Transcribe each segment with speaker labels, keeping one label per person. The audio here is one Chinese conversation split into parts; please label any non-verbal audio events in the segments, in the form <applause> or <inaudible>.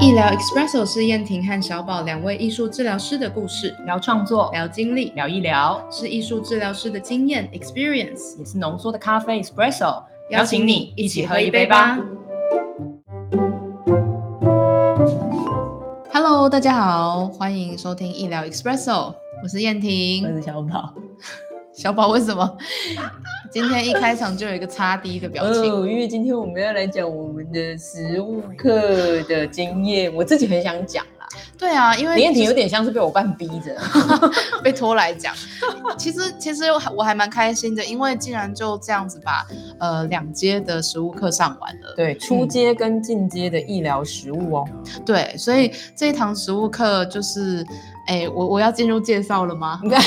Speaker 1: 一聊 Espresso 是燕婷和小宝两位艺术治疗师的故事，
Speaker 2: 聊创作，
Speaker 1: 聊经历，
Speaker 2: 聊一聊，
Speaker 1: 是艺术治疗师的经验 experience。
Speaker 2: 也是浓缩的咖啡 espresso，
Speaker 1: 邀
Speaker 2: 邀
Speaker 1: 请
Speaker 2: 请
Speaker 1: 你
Speaker 2: 你
Speaker 1: 一
Speaker 2: 一
Speaker 1: 起
Speaker 2: 起
Speaker 1: 喝
Speaker 2: 喝
Speaker 1: 一
Speaker 2: 一
Speaker 1: 杯
Speaker 2: 杯
Speaker 1: 吧
Speaker 2: 吧。
Speaker 1: Hello，大家好，欢迎收听一聊 Espresso，我是燕
Speaker 2: 我
Speaker 1: 婷。
Speaker 2: 是小宝，
Speaker 1: 小宝为什么 <laughs> 今天一开场就有一个擦低的表情？
Speaker 2: 哦，因为今天我们要来讲我们的实物课的经验，我自己很想讲啦。
Speaker 1: 对啊，因为
Speaker 2: 林彦
Speaker 1: 就
Speaker 2: 廷
Speaker 1: 是
Speaker 2: 有点像是被我伴逼着，
Speaker 1: <laughs> 被拖来讲。其实其实我还我还蛮开心的，因为竟然就这样子把呃两阶的实物课上完了。
Speaker 2: 对，初阶跟进阶的医疗实物哦，
Speaker 1: 对，所以这一堂实物课就是，哎、我我要进入介绍了吗？
Speaker 2: 你看，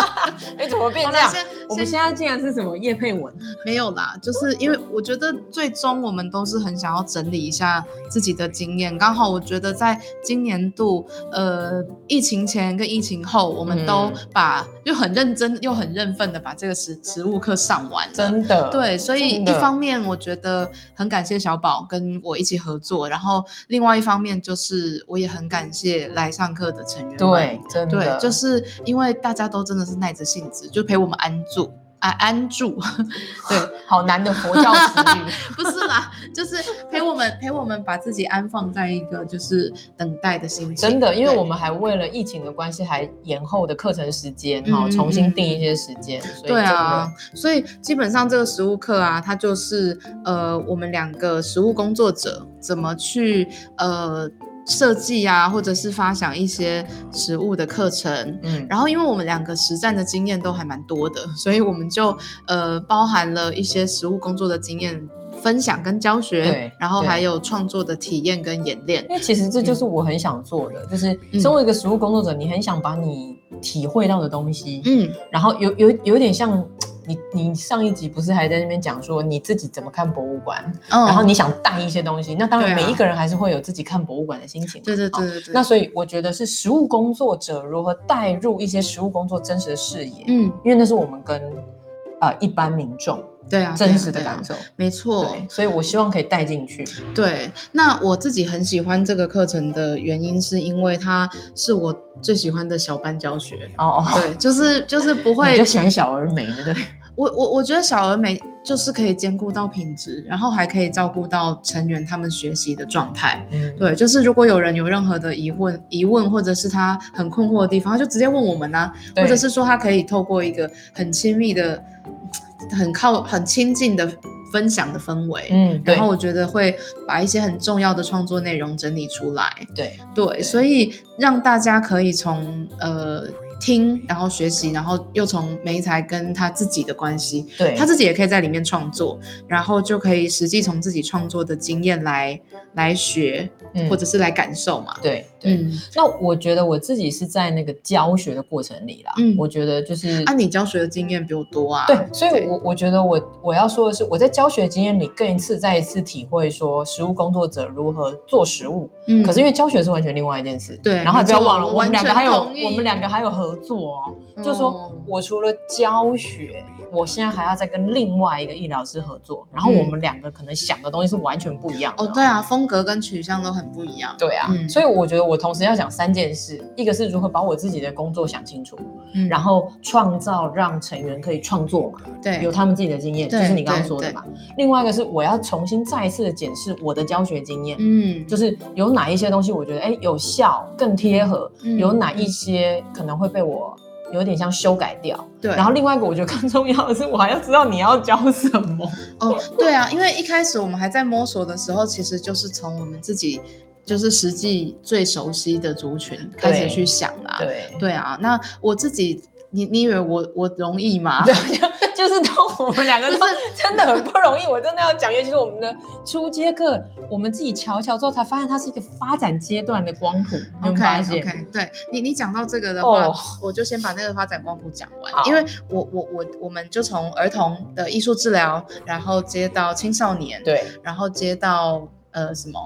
Speaker 2: <laughs> 哎，怎么变
Speaker 1: 好
Speaker 2: 这
Speaker 1: 啦
Speaker 2: 样？
Speaker 1: 先
Speaker 2: 我们
Speaker 1: 先
Speaker 2: 现在竟然是什么叶佩文？
Speaker 1: 没有啦，就是因为我觉得最终我们都是很想要整理一下自己的经验。刚好我觉得在今年度，呃，疫情前跟疫情后，我们都
Speaker 2: 嗯
Speaker 1: 把、就很认真又很认份的把这个实实物课上完了。
Speaker 2: 真的，
Speaker 1: 对，所以
Speaker 2: 真
Speaker 1: 一
Speaker 2: 的
Speaker 1: 方面我觉得很感谢小宝跟我一起合作，然后另外一方面就是我也很感谢来上课的成员们。
Speaker 2: 对，真
Speaker 1: 对
Speaker 2: 的，，
Speaker 1: 就是因为大家都真的是耐着性子，就陪我们安住。啊，安住， <laughs> 对，
Speaker 2: 好难的佛教词语。
Speaker 1: 不是啦，就是陪我们陪我们把自己安放在一个就是等待的心情。
Speaker 2: 真的，因为
Speaker 1: 对
Speaker 2: 我们还为了疫情的关系，还延后的课程时间哈、
Speaker 1: 嗯嗯
Speaker 2: 重新定一些时间。所以
Speaker 1: 对啊，所以基本上这个实务课啊，它就是呃，我们两个实务工作者怎么去呃设计啊，或者是发想一些实务的课程，
Speaker 2: 真的，嗯，
Speaker 1: 然后，因为我们两个实战的经验都还蛮多的， <laughs> 所以我们就呃包含了一些实务工作的经验分享跟教学
Speaker 2: 对，
Speaker 1: 然后
Speaker 2: 对
Speaker 1: 还有创作的体验跟演练。
Speaker 2: 因为其实这就是我很想做的，就是
Speaker 1: 嗯
Speaker 2: 身为一个实务工作者，你很想把你体会到的东西，
Speaker 1: 嗯，
Speaker 2: 然后有有有点像。你你上一集不是还在那边讲说你自己怎么看博物馆，
Speaker 1: 嗯
Speaker 2: 然后你想带一些东西，那当然
Speaker 1: 对啊
Speaker 2: 每一个人还是会有自己看博物馆的心情嘛。
Speaker 1: 对对
Speaker 2: 哦
Speaker 1: 对对对，
Speaker 2: 那所以我觉得是实务工作者如何带入一些实务工作真实的视野，
Speaker 1: 嗯，
Speaker 2: 因为那是我们跟呃一般民众
Speaker 1: 对啊，对啊
Speaker 2: 真实的
Speaker 1: 对啊
Speaker 2: 感受。
Speaker 1: 没错，
Speaker 2: 对，所以我希望可以带进去。
Speaker 1: 对，那我自己很喜欢这个课程的原因，是因为它是我最喜欢的小班教学。
Speaker 2: 哦哦，
Speaker 1: 对，就是就是不
Speaker 2: 你
Speaker 1: 会
Speaker 2: 就喜欢小而美的，对，
Speaker 1: 我我我觉得小而美就是可以兼顾到品质，然后还可以照顾到成员他们学习的状态。
Speaker 2: <laughs> 嗯，
Speaker 1: 对，就是如果有人有任何的疑问、疑问或者是他很困惑的地方，他就直接问我们呐、
Speaker 2: 对
Speaker 1: 或者是说他可以透过一个很亲密的、很靠、很亲近的分享的氛围，
Speaker 2: 嗯，对
Speaker 1: 然后我觉得会把一些很重要的创作内容整理出来。
Speaker 2: 对，
Speaker 1: 对，
Speaker 2: 对
Speaker 1: 所以让大家可以从呃听，然后学习，然后又从梅才跟他自己的关系，
Speaker 2: 对，
Speaker 1: 他自己也可以在里面创作，然后就可以实际从自己创作的经验来来学，
Speaker 2: 嗯
Speaker 1: 或者是来感受嘛。
Speaker 2: 对对。
Speaker 1: 嗯，
Speaker 2: 那我觉得我自己是在那个教学的过程里啦，
Speaker 1: 嗯
Speaker 2: 我觉得就是
Speaker 1: 啊，你教学的经验比我多啊。
Speaker 2: 对，所以
Speaker 1: 对
Speaker 2: 我我觉得我我要说的是，我在教学经验里更一次再一次体会说，实务工作者如何做实务。
Speaker 1: 嗯
Speaker 2: 可是因为教学是完全另外一件事，
Speaker 1: 对
Speaker 2: 然后
Speaker 1: 没
Speaker 2: 不要
Speaker 1: 错
Speaker 2: 忘了，
Speaker 1: 我
Speaker 2: 我
Speaker 1: 完
Speaker 2: 们两个
Speaker 1: 全
Speaker 2: 还有
Speaker 1: 同意
Speaker 2: 我们两个还有合作哦。
Speaker 1: 嗯
Speaker 2: 就是说我除了教学，我现在还要再跟另外一个医疗师合作，然后
Speaker 1: 嗯
Speaker 2: 我们两个可能想的东西是完全不一样的
Speaker 1: 哦，对，啊，风格跟取向都很不一样。
Speaker 2: 对啊，
Speaker 1: 嗯
Speaker 2: 所以我觉得我同时要讲三件事，一个是如何把我自己的工作想清楚，
Speaker 1: 嗯
Speaker 2: 然后创造让成员可以创作嘛，
Speaker 1: 对
Speaker 2: 有他们自己的经验，就
Speaker 1: 对
Speaker 2: 是你刚刚
Speaker 1: 对
Speaker 2: 说的
Speaker 1: 对
Speaker 2: 嘛。另外一个是我要重新再一次的检视我的教学经验，
Speaker 1: 嗯
Speaker 2: 就是有哪一些东西我觉得哎有效、更贴合，
Speaker 1: 嗯
Speaker 2: 有哪一些可能会被我有点像修改掉。
Speaker 1: 对，
Speaker 2: 然后另外一个我觉得更重要的是，我还要知道你要教什么。
Speaker 1: 哦，对啊，因为一开始我们还在摸索的时候，其实就是从我们自己就是实际最熟悉的族群开始去想啦。
Speaker 2: 对。
Speaker 1: 对啊，那我自己，你你以为我我容易
Speaker 2: <laughs>
Speaker 1: 吗？
Speaker 2: 对， <laughs> 就就是当我们两个都
Speaker 1: 不
Speaker 2: <laughs>
Speaker 1: <laughs>
Speaker 2: 真的很不容易，我真的要讲，尤其是我们的初阶课，我们自己瞧瞧之后才发现它是一个发展阶段的光谱，你有没有
Speaker 1: OK
Speaker 2: 发现
Speaker 1: OK，对你你讲到这个的话
Speaker 2: 哦
Speaker 1: 我就先把那个发展光谱讲完，
Speaker 2: 好
Speaker 1: 因为我我我我们就从儿童的艺术治疗，然后接到青少年，
Speaker 2: 对，
Speaker 1: 然后接到呃什么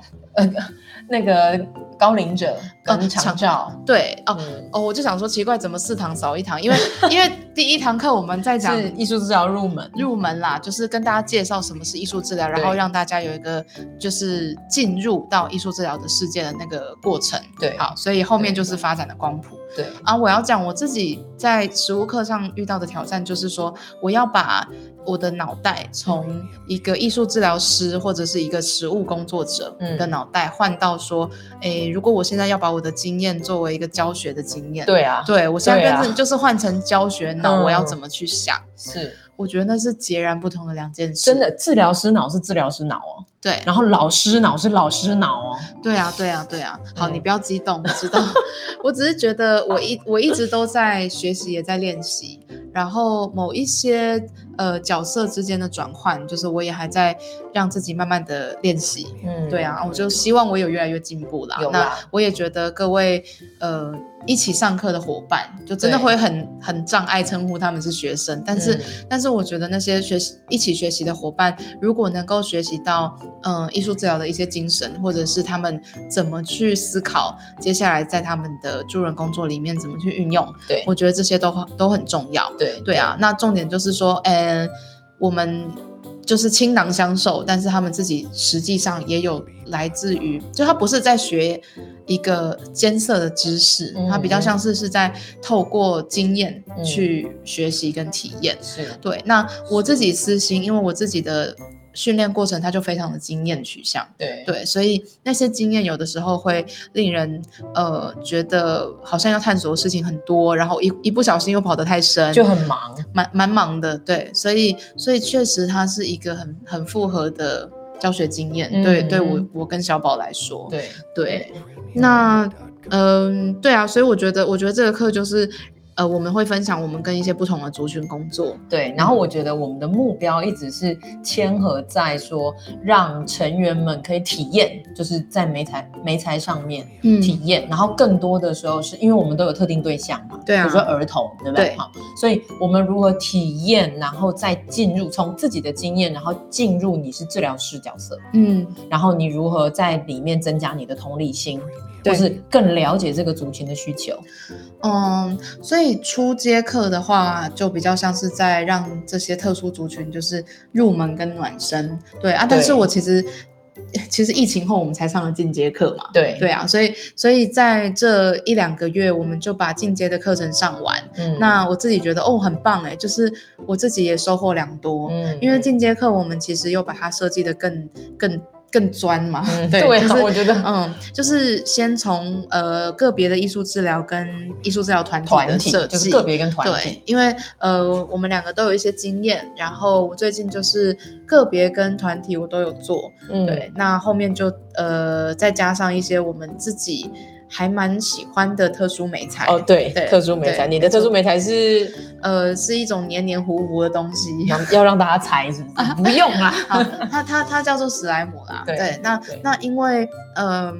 Speaker 2: 那个高龄者跟长
Speaker 1: 长
Speaker 2: 照，
Speaker 1: 对哦。
Speaker 2: 嗯，
Speaker 1: 哦，我就想说奇怪，怎么四堂少一堂？因为因
Speaker 2: <laughs>
Speaker 1: 为第一堂课我们在讲
Speaker 2: 是艺术治疗入门，
Speaker 1: 入门啦，就是跟大家介绍什么是艺术治疗，然
Speaker 2: 对
Speaker 1: 后让大家有一个就是进入到艺术治疗的世界的那个过程。
Speaker 2: 对
Speaker 1: 好，所以后面
Speaker 2: 对
Speaker 1: 就是发展的光谱
Speaker 2: 对，
Speaker 1: 啊。我要讲我自己在实物课上遇到的挑战，就是说我要把我的脑袋
Speaker 2: 嗯
Speaker 1: 从一个艺术治疗师或者是一个实务工作者的
Speaker 2: 嗯
Speaker 1: 脑袋换到说，诶，如果我现在要把我的经验作为一个教学的经验，
Speaker 2: 对啊，
Speaker 1: 对我现在
Speaker 2: 对啊
Speaker 1: 变成就是换成教学脑，我要
Speaker 2: 嗯
Speaker 1: 怎么去想？
Speaker 2: 是
Speaker 1: 我觉得那是截然不同的两件事。
Speaker 2: 真，的，治疗师脑是治疗师脑哦，
Speaker 1: 对，
Speaker 2: 然后老师脑是老师脑哦，
Speaker 1: 对啊，对啊，对啊。好，
Speaker 2: 嗯
Speaker 1: 你不要激动，我知道。 <laughs> 我只是觉得我一我一直都在学习，也在练习。然后某一些呃角色之间的转换，就是我也还在让自己慢慢的练习。
Speaker 2: 嗯，
Speaker 1: 对啊，我就希望我有越来越进步啦。
Speaker 2: 有
Speaker 1: 那
Speaker 2: 啦
Speaker 1: 我也觉得各位呃一起上课的伙伴，就真的
Speaker 2: 对
Speaker 1: 会很很障碍称呼他们是学生，但是、
Speaker 2: 嗯
Speaker 1: 但是我觉得那些学习一起学习的伙伴，如果能够学习到嗯、呃艺术治疗的一些精神，或者是他们怎么去思考接下来在他们的助人工作里面怎么去运用，
Speaker 2: 对
Speaker 1: 我觉得这些都都很重要。
Speaker 2: 对
Speaker 1: 对啊，那重点就是说，嗯，我们就是倾囊相授，但是他们自己实际上也有来自于，就他不是在学一个艰涩的知识，他比较
Speaker 2: 嗯
Speaker 1: 像是是在透过经验
Speaker 2: 嗯
Speaker 1: 去学习跟体验。
Speaker 2: 是
Speaker 1: 对，那我自己私心，因为我自己的训练过程，它就非常的经验取向。
Speaker 2: 对
Speaker 1: 对，所以那些经验有的时候会令人呃觉得好像要探索的事情很多，然后一一不小心又跑得太深，
Speaker 2: 就很忙，
Speaker 1: 蛮蛮忙的，对，所以所以确实它是一个很很复合的教学经验，对，对我
Speaker 2: 嗯
Speaker 1: 我跟小宝来说，
Speaker 2: 对
Speaker 1: 对，那嗯、对啊，所以我觉得我觉得这个课就是呃，我们会分享我们跟一些不同的族群工作，
Speaker 2: 对，然后我觉得我们的目标一直是谦和在说，让成员们可以体验，就是在媒材媒材上面
Speaker 1: 嗯
Speaker 2: 体验，然后更多的时候是因为我们都有特定对象嘛，
Speaker 1: 对啊
Speaker 2: 比如说儿童，对不对？
Speaker 1: 对
Speaker 2: 好，所以我们如何体验，然后再进入从自己的经验，然后进入你是治疗师角色，
Speaker 1: 嗯，
Speaker 2: 然后你如何在里面增加你的同理心，
Speaker 1: 对
Speaker 2: 或是更了解这个族群的需求，
Speaker 1: 嗯，所以初阶课的话，就比较像是在让这些特殊族群就是入门跟暖身，对啊。但是
Speaker 2: 对
Speaker 1: 我其实其实疫情后我们才上了进阶课嘛，
Speaker 2: 对
Speaker 1: 对啊，所以所以在这一两个月，我们就把进阶的课程上完。
Speaker 2: 嗯
Speaker 1: 那我自己觉得哦，很棒哎，就是我自己也收获良多，
Speaker 2: 嗯
Speaker 1: 因为进阶课我们其实又把它设计的更更更专嘛，
Speaker 2: 嗯
Speaker 1: <laughs> 对，
Speaker 2: 对啊
Speaker 1: 就是
Speaker 2: 我觉得
Speaker 1: 嗯，就是先从呃个别的艺术治疗跟艺术治疗团体
Speaker 2: 团
Speaker 1: 的
Speaker 2: 体
Speaker 1: 设
Speaker 2: 就是
Speaker 1: 计，
Speaker 2: 个别跟团体，
Speaker 1: 对，因为呃我们两个都有一些经验，然后我最近就是个别跟团体我都有做，
Speaker 2: 嗯
Speaker 1: 对，那后面就呃再加上一些我们自己还蛮喜欢的特殊美材，
Speaker 2: 哦，对，
Speaker 1: 对
Speaker 2: 特殊美材，
Speaker 1: 对
Speaker 2: 你的特殊美材是 <laughs>
Speaker 1: 呃是一种黏黏糊糊的东西，
Speaker 2: 要要让大家猜，是不是？啊不用啦，
Speaker 1: 好，它它它叫做史莱姆啦。
Speaker 2: 对
Speaker 1: 那
Speaker 2: 对
Speaker 1: 那因为嗯、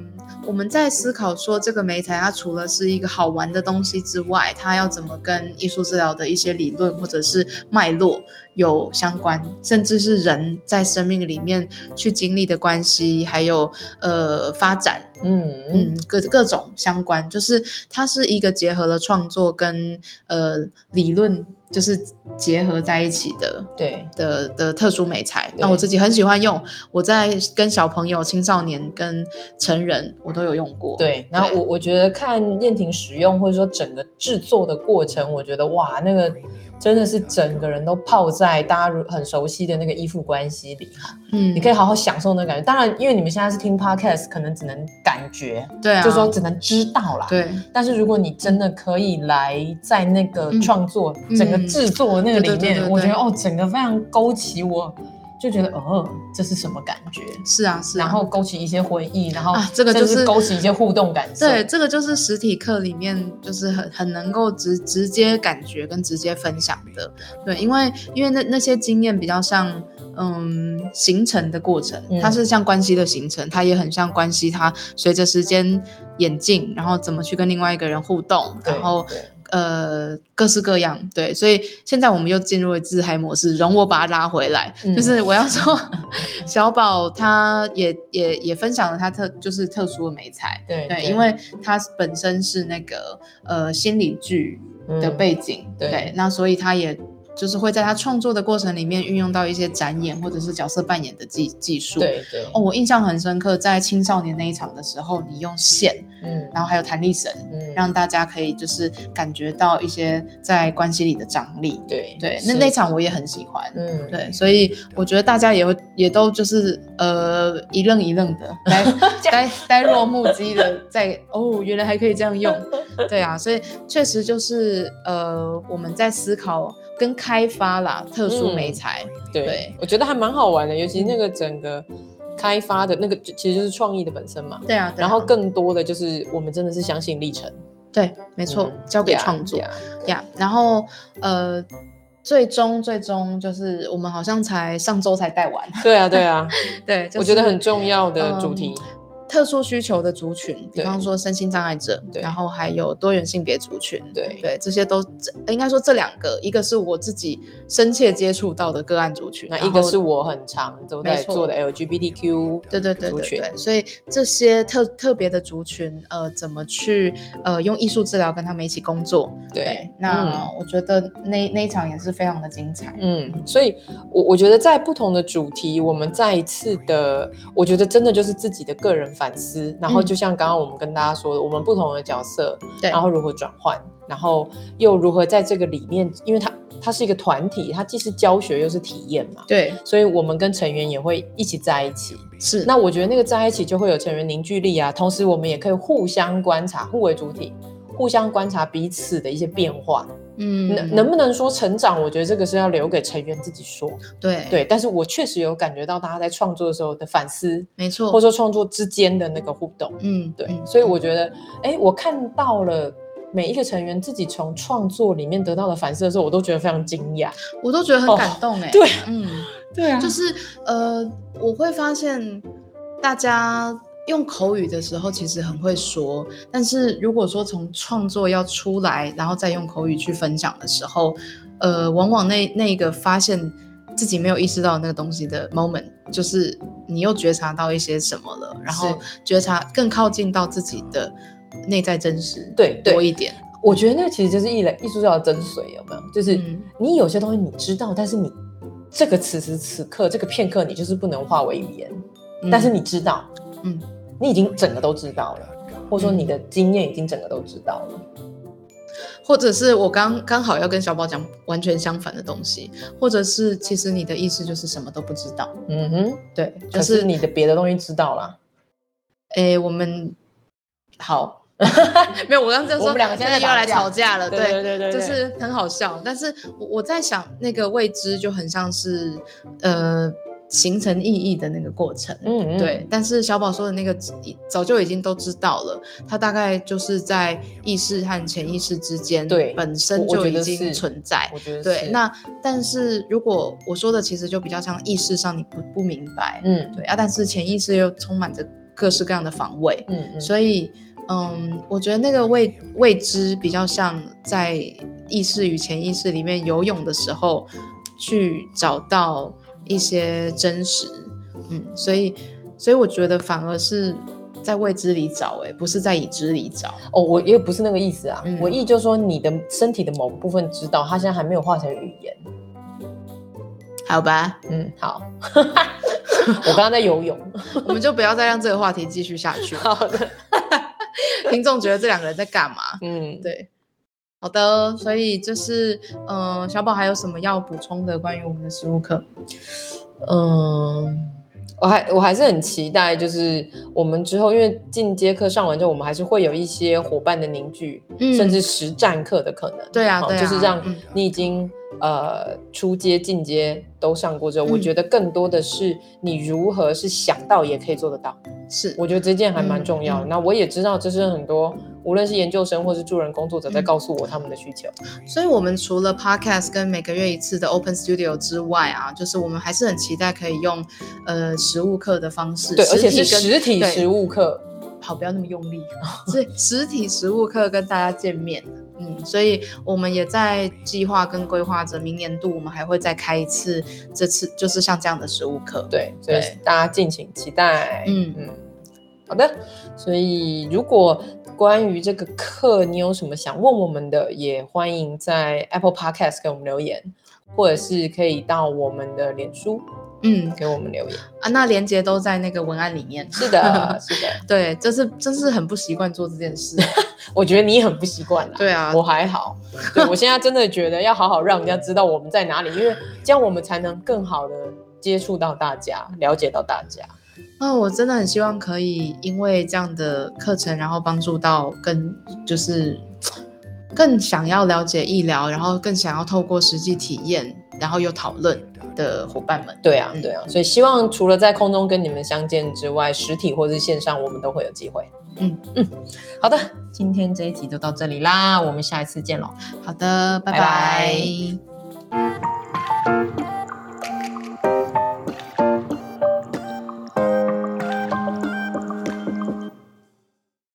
Speaker 1: 我们在思考说这个媒材它除了是一个好玩的东西之外，它要怎么跟艺术治疗的一些理论或者是脉络有相关，甚至是人在生命里面去经历的关系，还有呃发展，
Speaker 2: <laughs> 嗯嗯
Speaker 1: 嗯，各各种相关，就是它是一个结合了创作跟呃理论，就是结合在一起的
Speaker 2: 对，
Speaker 1: 的的特殊美材。那
Speaker 2: 嗯对
Speaker 1: 我自己很喜欢用，我在跟小朋友、青少年跟成人我都有用过。
Speaker 2: 对，然后我我觉得看燕婷使用或者说整个制作的过程，我觉得哇，那个真的是整个人都泡在大家如很熟悉的那个依附关系里，
Speaker 1: 嗯，
Speaker 2: 你可以好好享受那个感觉。当然，因为你们现在是听 podcast，可能只能感觉，
Speaker 1: 对啊，
Speaker 2: 就说只能知道啦。
Speaker 1: 对
Speaker 2: 但是如果你真的可以来在那个
Speaker 1: 嗯
Speaker 2: 创作、整个
Speaker 1: 嗯
Speaker 2: 制作那个
Speaker 1: 对对
Speaker 2: 里
Speaker 1: 对
Speaker 2: 面，
Speaker 1: 对
Speaker 2: 我觉
Speaker 1: 对
Speaker 2: 得哦，整个非常勾起我，就觉得哦，这是什么感觉？
Speaker 1: 是啊是啊。
Speaker 2: 然后勾起一些回忆，然后
Speaker 1: 啊这个
Speaker 2: 甚
Speaker 1: 就
Speaker 2: 至
Speaker 1: 是
Speaker 2: 勾起一些互动感受。
Speaker 1: 对，这个就是实体课里面就是很很能够直直接感觉跟直接分享的。对，因为因为那那些经验比较像。嗯，形成的过程，它
Speaker 2: 嗯
Speaker 1: 是像关系的形成，它也很像关系，它随着时间演进，然后怎么去跟另外一个人互动，
Speaker 2: 对
Speaker 1: 然后
Speaker 2: 对
Speaker 1: 呃各式各样。对，所以现在我们又进入了自嗨模式，容我把它拉回来。
Speaker 2: 嗯
Speaker 1: 就是我要说， <laughs> 小宝他也也也分享了他特就是特殊的美才，
Speaker 2: 对
Speaker 1: 对，因为他本身是那个呃心理剧的背景，
Speaker 2: 嗯对
Speaker 1: 那所以他也就是会在他创作的过程里面运用到一些展演或者是角色扮演的技技术。
Speaker 2: 景，嗯对对，
Speaker 1: 哦，我印象很深刻，在青少年那一场的时候，你用线，
Speaker 2: 嗯
Speaker 1: 然后还有弹力绳，
Speaker 2: 嗯，
Speaker 1: 让大家可以就是感觉到一些在关系里的张力。
Speaker 2: 对
Speaker 1: 对，
Speaker 2: 是
Speaker 1: 那那场我也很喜欢。
Speaker 2: 嗯
Speaker 1: 对，所以我觉得大家也会也都就是呃一愣一愣的，
Speaker 2: <laughs>
Speaker 1: 呆呆呆若木鸡的在哦，原来还可以这样用，对啊，所以确实就是呃我们在思考跟开发啦特殊
Speaker 2: 嗯
Speaker 1: 美材，
Speaker 2: 对
Speaker 1: 对
Speaker 2: 我觉得还蛮好玩的，尤其那个整个开发的那个就其实就是创意的本身嘛。
Speaker 1: 对啊，对啊
Speaker 2: 然后更多的就是我们真的是相信历程，嗯
Speaker 1: 对，没错，交给
Speaker 2: 呀
Speaker 1: 创作
Speaker 2: 呀
Speaker 1: 呀，然后呃。最终，最终就是我们好像才上周才带完， <laughs>
Speaker 2: 对啊，对啊，
Speaker 1: 对，就
Speaker 2: 我觉得
Speaker 1: 是
Speaker 2: 很重要的主
Speaker 1: 嗯
Speaker 2: 题。
Speaker 1: 特殊需求的族群，比
Speaker 2: 对
Speaker 1: 方说身心障碍者，
Speaker 2: 对
Speaker 1: 然后还有多元性别族群，
Speaker 2: 对
Speaker 1: 对，这些都这应该说这两个，一个是我自己深切接触到的个案族群，
Speaker 2: 那
Speaker 1: 然
Speaker 2: 一个
Speaker 1: 后
Speaker 2: 是我很常都
Speaker 1: 没
Speaker 2: 在
Speaker 1: 错
Speaker 2: 做的 LGBTQ，
Speaker 1: 对对对
Speaker 2: 族
Speaker 1: 对
Speaker 2: 群
Speaker 1: 对，所以这些特特别的族群，呃，怎么去呃用艺术治疗跟他们一起工作？
Speaker 2: 对，
Speaker 1: 那、我觉得那那一场也是非常的精彩。
Speaker 2: 嗯，所以我我觉得在不同的主题，我们再一次的，我觉得真的就是自己的个人反思。然后
Speaker 1: 嗯
Speaker 2: 就像刚刚我们跟大家说的，我们不同的角色，
Speaker 1: 对
Speaker 2: 然后如何转换，然后又如何在这个里面，因为它它是一个团体，它既是教学又是体验嘛，
Speaker 1: 对，
Speaker 2: 所以我们跟成员也会一起在一起。
Speaker 1: 是
Speaker 2: 那我觉得那个在一起就会有成员凝聚力啊，同时我们也可以互相观察，互为主体，互相观察彼此的一些变化。
Speaker 1: 嗯
Speaker 2: 能能不能说成长？我觉得这个是要留给成员自己说。
Speaker 1: 对
Speaker 2: 对，但是我确实有感觉到大家在创作的时候的反思，
Speaker 1: 没
Speaker 2: 或者
Speaker 1: 错，
Speaker 2: 说创作之间的那个互动。
Speaker 1: 嗯
Speaker 2: 对，
Speaker 1: 哦嗯
Speaker 2: 所以我觉得，哎，我看到了每一个成员自己从创作里面得到的反思的时候，我都觉得非常惊讶。
Speaker 1: 我都觉得很
Speaker 2: 哦
Speaker 1: 感动哎、
Speaker 2: 对，
Speaker 1: 嗯。
Speaker 2: 对啊
Speaker 1: 就是呃，我会发现大家用口语的时候其实很会说，但是如果说从创作要出来，然后再用口语去分享的时候，呃，往往那那个发现自己没有意识到那个东西的 moment，就是你又觉察到一些什么了，然后觉察更靠近到自己的内在真实，
Speaker 2: 对对
Speaker 1: 多一点，
Speaker 2: 我觉得那其实就是艺人艺术家的真髓，有没有？就是
Speaker 1: 嗯
Speaker 2: 你有些东西你知道，但是你这个此时此刻这个片刻，你就是不能化为语言，
Speaker 1: 嗯
Speaker 2: 但是你知道，
Speaker 1: 嗯，
Speaker 2: 你已经整个都知道了。或者说你的经验已经整个都知道了，
Speaker 1: 或者是我刚刚好要跟小宝讲完全相反的东西，或者是其实你的意思就是什么都不知道，
Speaker 2: 嗯哼，
Speaker 1: 对，就
Speaker 2: 可
Speaker 1: 是
Speaker 2: 是你的别的东西知道啦。
Speaker 1: 诶，我们好， <laughs> 没有，我刚刚在说
Speaker 2: 我们两个现在
Speaker 1: 又要来
Speaker 2: 在打架
Speaker 1: 吵架了，
Speaker 2: 对对
Speaker 1: 呃就是很好笑。但是我我在想，那个未知就很像是呃形成意义的那个过程，
Speaker 2: 嗯，嗯，
Speaker 1: 对，但是小宝说的那个早就已经都知道了，他大概就是在意识和潜意识之间，
Speaker 2: 对
Speaker 1: 本身
Speaker 2: 我我
Speaker 1: 就
Speaker 2: 觉
Speaker 1: 已
Speaker 2: 得
Speaker 1: 经
Speaker 2: 是
Speaker 1: 存在。
Speaker 2: 我觉得
Speaker 1: 对，
Speaker 2: 是
Speaker 1: 那但是如果我说的其实就比较像意识上你不不明白，
Speaker 2: 嗯
Speaker 1: 对啊，但是潜意识又充满着各式各样的防卫，
Speaker 2: 嗯嗯，
Speaker 1: 所以嗯，我觉得那个未未知比较像在意识与潜意识里面游泳的时候去找到一些真实，嗯，所以所以我觉得反而是在未知里找、欸，不是在已知里找，
Speaker 2: 哦，我也不是那个意思啊，
Speaker 1: 嗯
Speaker 2: 我意就是说你的身体的某部分知道，它现在还没有化成语言。
Speaker 1: 好吧，
Speaker 2: 嗯，好， <laughs> 我刚刚在游泳。
Speaker 1: <laughs> 我们就不要再让这个话题继续下去了。
Speaker 2: 好的，
Speaker 1: 听众觉得这两个人在干嘛？
Speaker 2: 嗯，
Speaker 1: 对，好的，所以就是，嗯、小宝还有什么要补充的关于我们的实物课？
Speaker 2: 嗯，我还我还是很期待，就是我们之后因为进阶课上完之后，我们还是会有一些伙伴的凝聚，
Speaker 1: 嗯
Speaker 2: 甚至实战课的可能。
Speaker 1: 对啊
Speaker 2: 好
Speaker 1: 对啊
Speaker 2: 就是让
Speaker 1: 嗯
Speaker 2: 你已经呃初阶、进阶都上过之后，我
Speaker 1: 嗯
Speaker 2: 觉得更多的是你如何是想到也可以做得到。
Speaker 1: 是，
Speaker 2: 我觉得这件还蛮
Speaker 1: 嗯
Speaker 2: 重要的。
Speaker 1: 嗯
Speaker 2: 那我也知道，这是很多无论是研究生或是助人工作者
Speaker 1: 嗯
Speaker 2: 在告诉我他们的需求。
Speaker 1: 所以我们除了 podcast 跟每个月一次的 Open Studio 之外啊，就是我们还是很期待可以用呃实物课的方式，
Speaker 2: 对，而且
Speaker 1: 体
Speaker 2: 是
Speaker 1: 跟
Speaker 2: 实体
Speaker 1: 对
Speaker 2: 实物课。
Speaker 1: 好，不要那么用力，是实体实物课跟大家见面。嗯，所以我们也在计划跟规划着，明年度我们还会再开一次，这次就是像这样的实物课。
Speaker 2: 对，所以
Speaker 1: 对
Speaker 2: 大家敬请期待。
Speaker 1: 嗯
Speaker 2: 嗯，好的。所以如果关于这个课你有什么想问我们的，也欢迎在 Apple Podcast 给我们留言，或者是可以到我们的脸书
Speaker 1: 嗯
Speaker 2: 给我们留言。
Speaker 1: <laughs> 啊，那连接都在那个文案里面。
Speaker 2: 是的，是的，
Speaker 1: 对，这是真是很不习惯做这件
Speaker 2: <laughs>
Speaker 1: 事。
Speaker 2: 我觉得你很不习惯啦。
Speaker 1: 对啊
Speaker 2: 我，还好，对我现在真的觉得要好好让人家知道我们在哪里，因为这样我们才能更好的接触到大家，了解到大家。
Speaker 1: 那我真的很希望可以因为这样的课程，然后帮助到更就是更想要了解医疗，然后更想要透过实际体验，然后有讨论的伙伴们。
Speaker 2: 对啊
Speaker 1: 嗯，
Speaker 2: 对啊，所以希望除了在空中跟你们相见之外，实体或是线上，我们都会有机会。
Speaker 1: 嗯
Speaker 2: 嗯，好的，今天这一集就到这里啦，我们下一次见喽。
Speaker 1: 好的，拜
Speaker 2: 拜
Speaker 1: 拜
Speaker 2: 拜